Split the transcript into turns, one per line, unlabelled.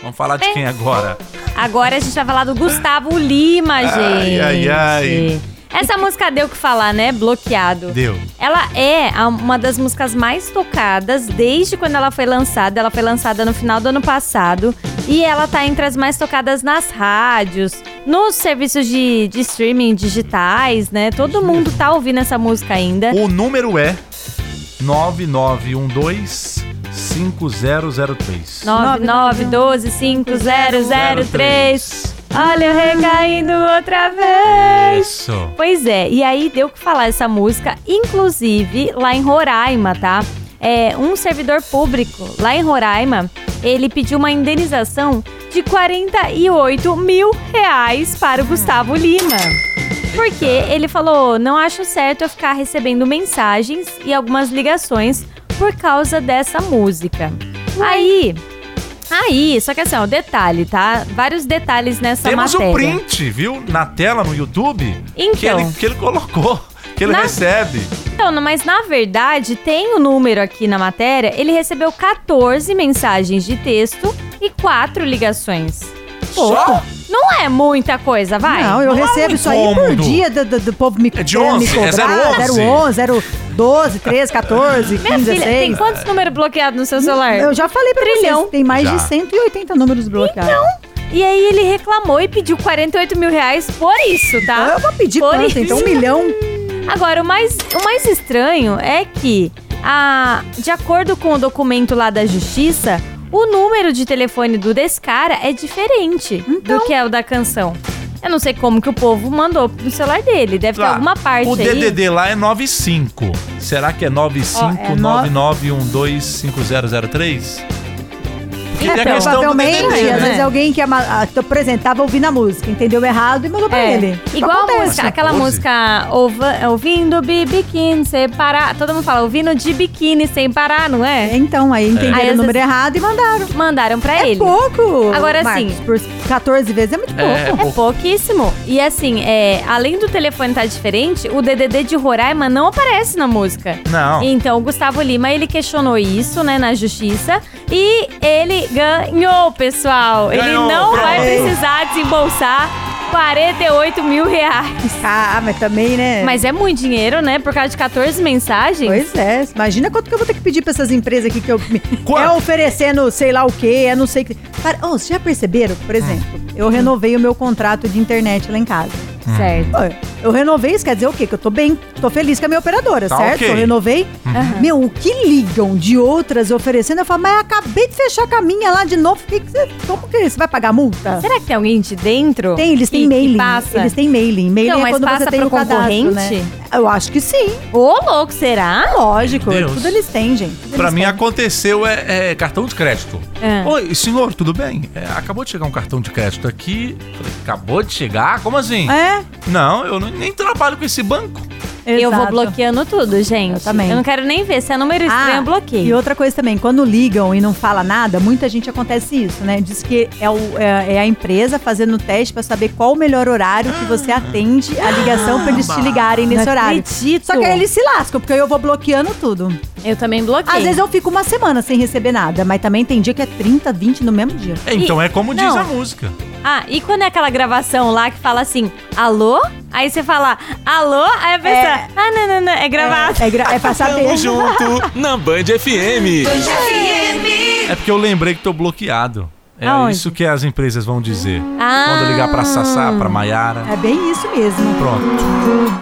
Vamos falar
É.
de quem agora?
Agora a gente vai falar do Gustavo Lima, gente.
ai, ai.
Essa música deu o que falar, né? Bloqueado.
Deu.
Ela é a- uma das músicas mais tocadas desde quando ela foi lançada. Ela foi lançada no final do ano passado. E ela tá entre as mais tocadas nas rádios, nos serviços de, de streaming digitais, né? Todo mundo tá ouvindo essa música ainda.
O número é 9912 5003.
99125003. Olha eu recaindo outra vez.
Isso.
Pois é, e aí deu o que falar essa música, inclusive lá em Roraima, tá? É, um servidor público lá em Roraima, ele pediu uma indenização de 48 mil reais para o
Hum.
Gustavo Lima. Porque ele falou, não acho certo eu ficar recebendo mensagens e algumas ligações por causa dessa música. Aí, aí, só que assim, ó, detalhe, tá? Vários detalhes nessa
Temos
matéria.
o print, viu? Na tela, no YouTube, que,
Então.
ele, que ele colocou, que ele
Na-
recebe.
Então, não, mas na verdade, tem o número aqui na matéria. Ele recebeu 14 mensagens de texto e 4 ligações.
Só?
Não é muita coisa, vai?
Não, eu
Não é
recebo
um
isso aí por
incômodo.
dia do, do- do povo me,
É de
quer
11,
me
é
cobrar.
011.
011, 012, 13, 14, 15,
Minha filha, tem
16.
quantos números bloqueados no seu celular?
Eu já falei pra
Trilhão. Então,
vocês, tem mais
Já.
de 180 números bloqueados.
E aí ele reclamou e pediu 48 mil reais por isso,
Então
tá?
eu vou pedir
Por
quanto,
isso.
então um milhão.
Agora, o mais, o mais estranho é que, a, de acordo com o documento lá da Justiça, o número de telefone do desse cara é diferente do que é o da canção. Eu não sei como que o povo mandou pro celular dele. Deve ter
Lá,
alguma parte
Ah, O
aí.
DDD lá é 95. Será que é 95991125003? Porque tem a
Então,
É questão do
Provavelmente,
DDD,
né?
às vezes alguém que ama, ah, tô- por exemplo, tava ouvindo a música, entendeu errado e mandou pra
É,
ele. Isso
igual a
acontece.
música, aquela
Pose.
música ouva- ouvindo de biquíni sem parar. Todo mundo fala ouvindo de biquíni sem parar, não é?
Então, aí entenderam
Aí, às
o número
vezes-
errado e mandaram.
Mandaram pra
É
ele.
pouco!
Agora,
Marcos,
assim-
Por 14 vezes é muito pouco.
É,
É pouquíssimo. E assim, é, além do telefone estar diferente, o DDD de Roraima não aparece na música.
Não.
Então, o Gustavo Lima, ele questionou isso, né, na justiça. E ele ganhou, pessoal.
Ganhou,
ele não
pronto.
vai precisar desembolsar 48 mil reais.
Ah, mas também, né?
Mas é muito dinheiro, né? Por causa de 14 mensagens.
Pois é, imagina quanto que eu vou ter que pedir pra essas empresas aqui que eu me...
Quanto?
É oferecendo sei lá o quê, é não sei o que. Cara, ô, vocês já perceberam? Por
É.
exemplo, eu renovei o meu contrato de internet lá em casa.
Certo.
Pô, Eu renovei, isso quer dizer o quê? Que eu tô bem, tô feliz com a minha operadora,
Tá
certo?
ok.
Eu renovei.
Uhum.
Meu, o que ligam de outras oferecendo? Eu falo, mas eu acabei de fechar com a minha lá de novo. Que que você, como que você vai pagar multa?
Será que tem alguém de dentro?
Tem, eles têm
que,
mailing.
Que passa?
Eles têm mailing. Mailing
Então,
é
mas
quando
passa
você tem
pro
o cadastro, né?
concorrente?
Eu acho que sim.
Ô, louco, será?
Lógico,
Meu Deus.
tudo eles têm, gente. Tudo
Pra
eles
mim
têm.
aconteceu é, é cartão de crédito.
É.
Oi, senhor, tudo bem? É, acabou de chegar um cartão de crédito aqui. Falei, acabou de chegar? Como assim?
É,
Não, eu não- nem trabalho com esse banco.
Eu vou
exato.
bloqueando tudo, gente.
Eu também. Ah,
Eu não quero nem ver. Se é número estranho, eu bloqueio.
E outra coisa também, quando ligam e não fala nada, muita gente acontece isso, né? Diz que é, o- é- é a empresa fazendo o teste pra saber qual o melhor horário que você atende a ligação pra eles te ligarem nesse
Não
horário.
acredito.
Só que aí eles se lascam, porque aí eu vou bloqueando tudo.
Eu também bloqueio.
Às vezes eu fico uma semana sem receber nada, mas também tem dia que é 30, 20 no mesmo dia.
É, Então é como diz
não.
a música.
Ah, e quando é aquela gravação lá que fala assim, alô? Aí você fala, alô? Aí a pessoa,
É.
ah, não, não, não, é gravado.
É, gra- é pra saber.
Tamo junto na Band FM.
É porque eu lembrei que tô bloqueado. É
Aonde?
isso que as empresas vão dizer.
Ah.
Quando ligar pra Sassá, pra Maiara.
É bem isso mesmo.
Pronto.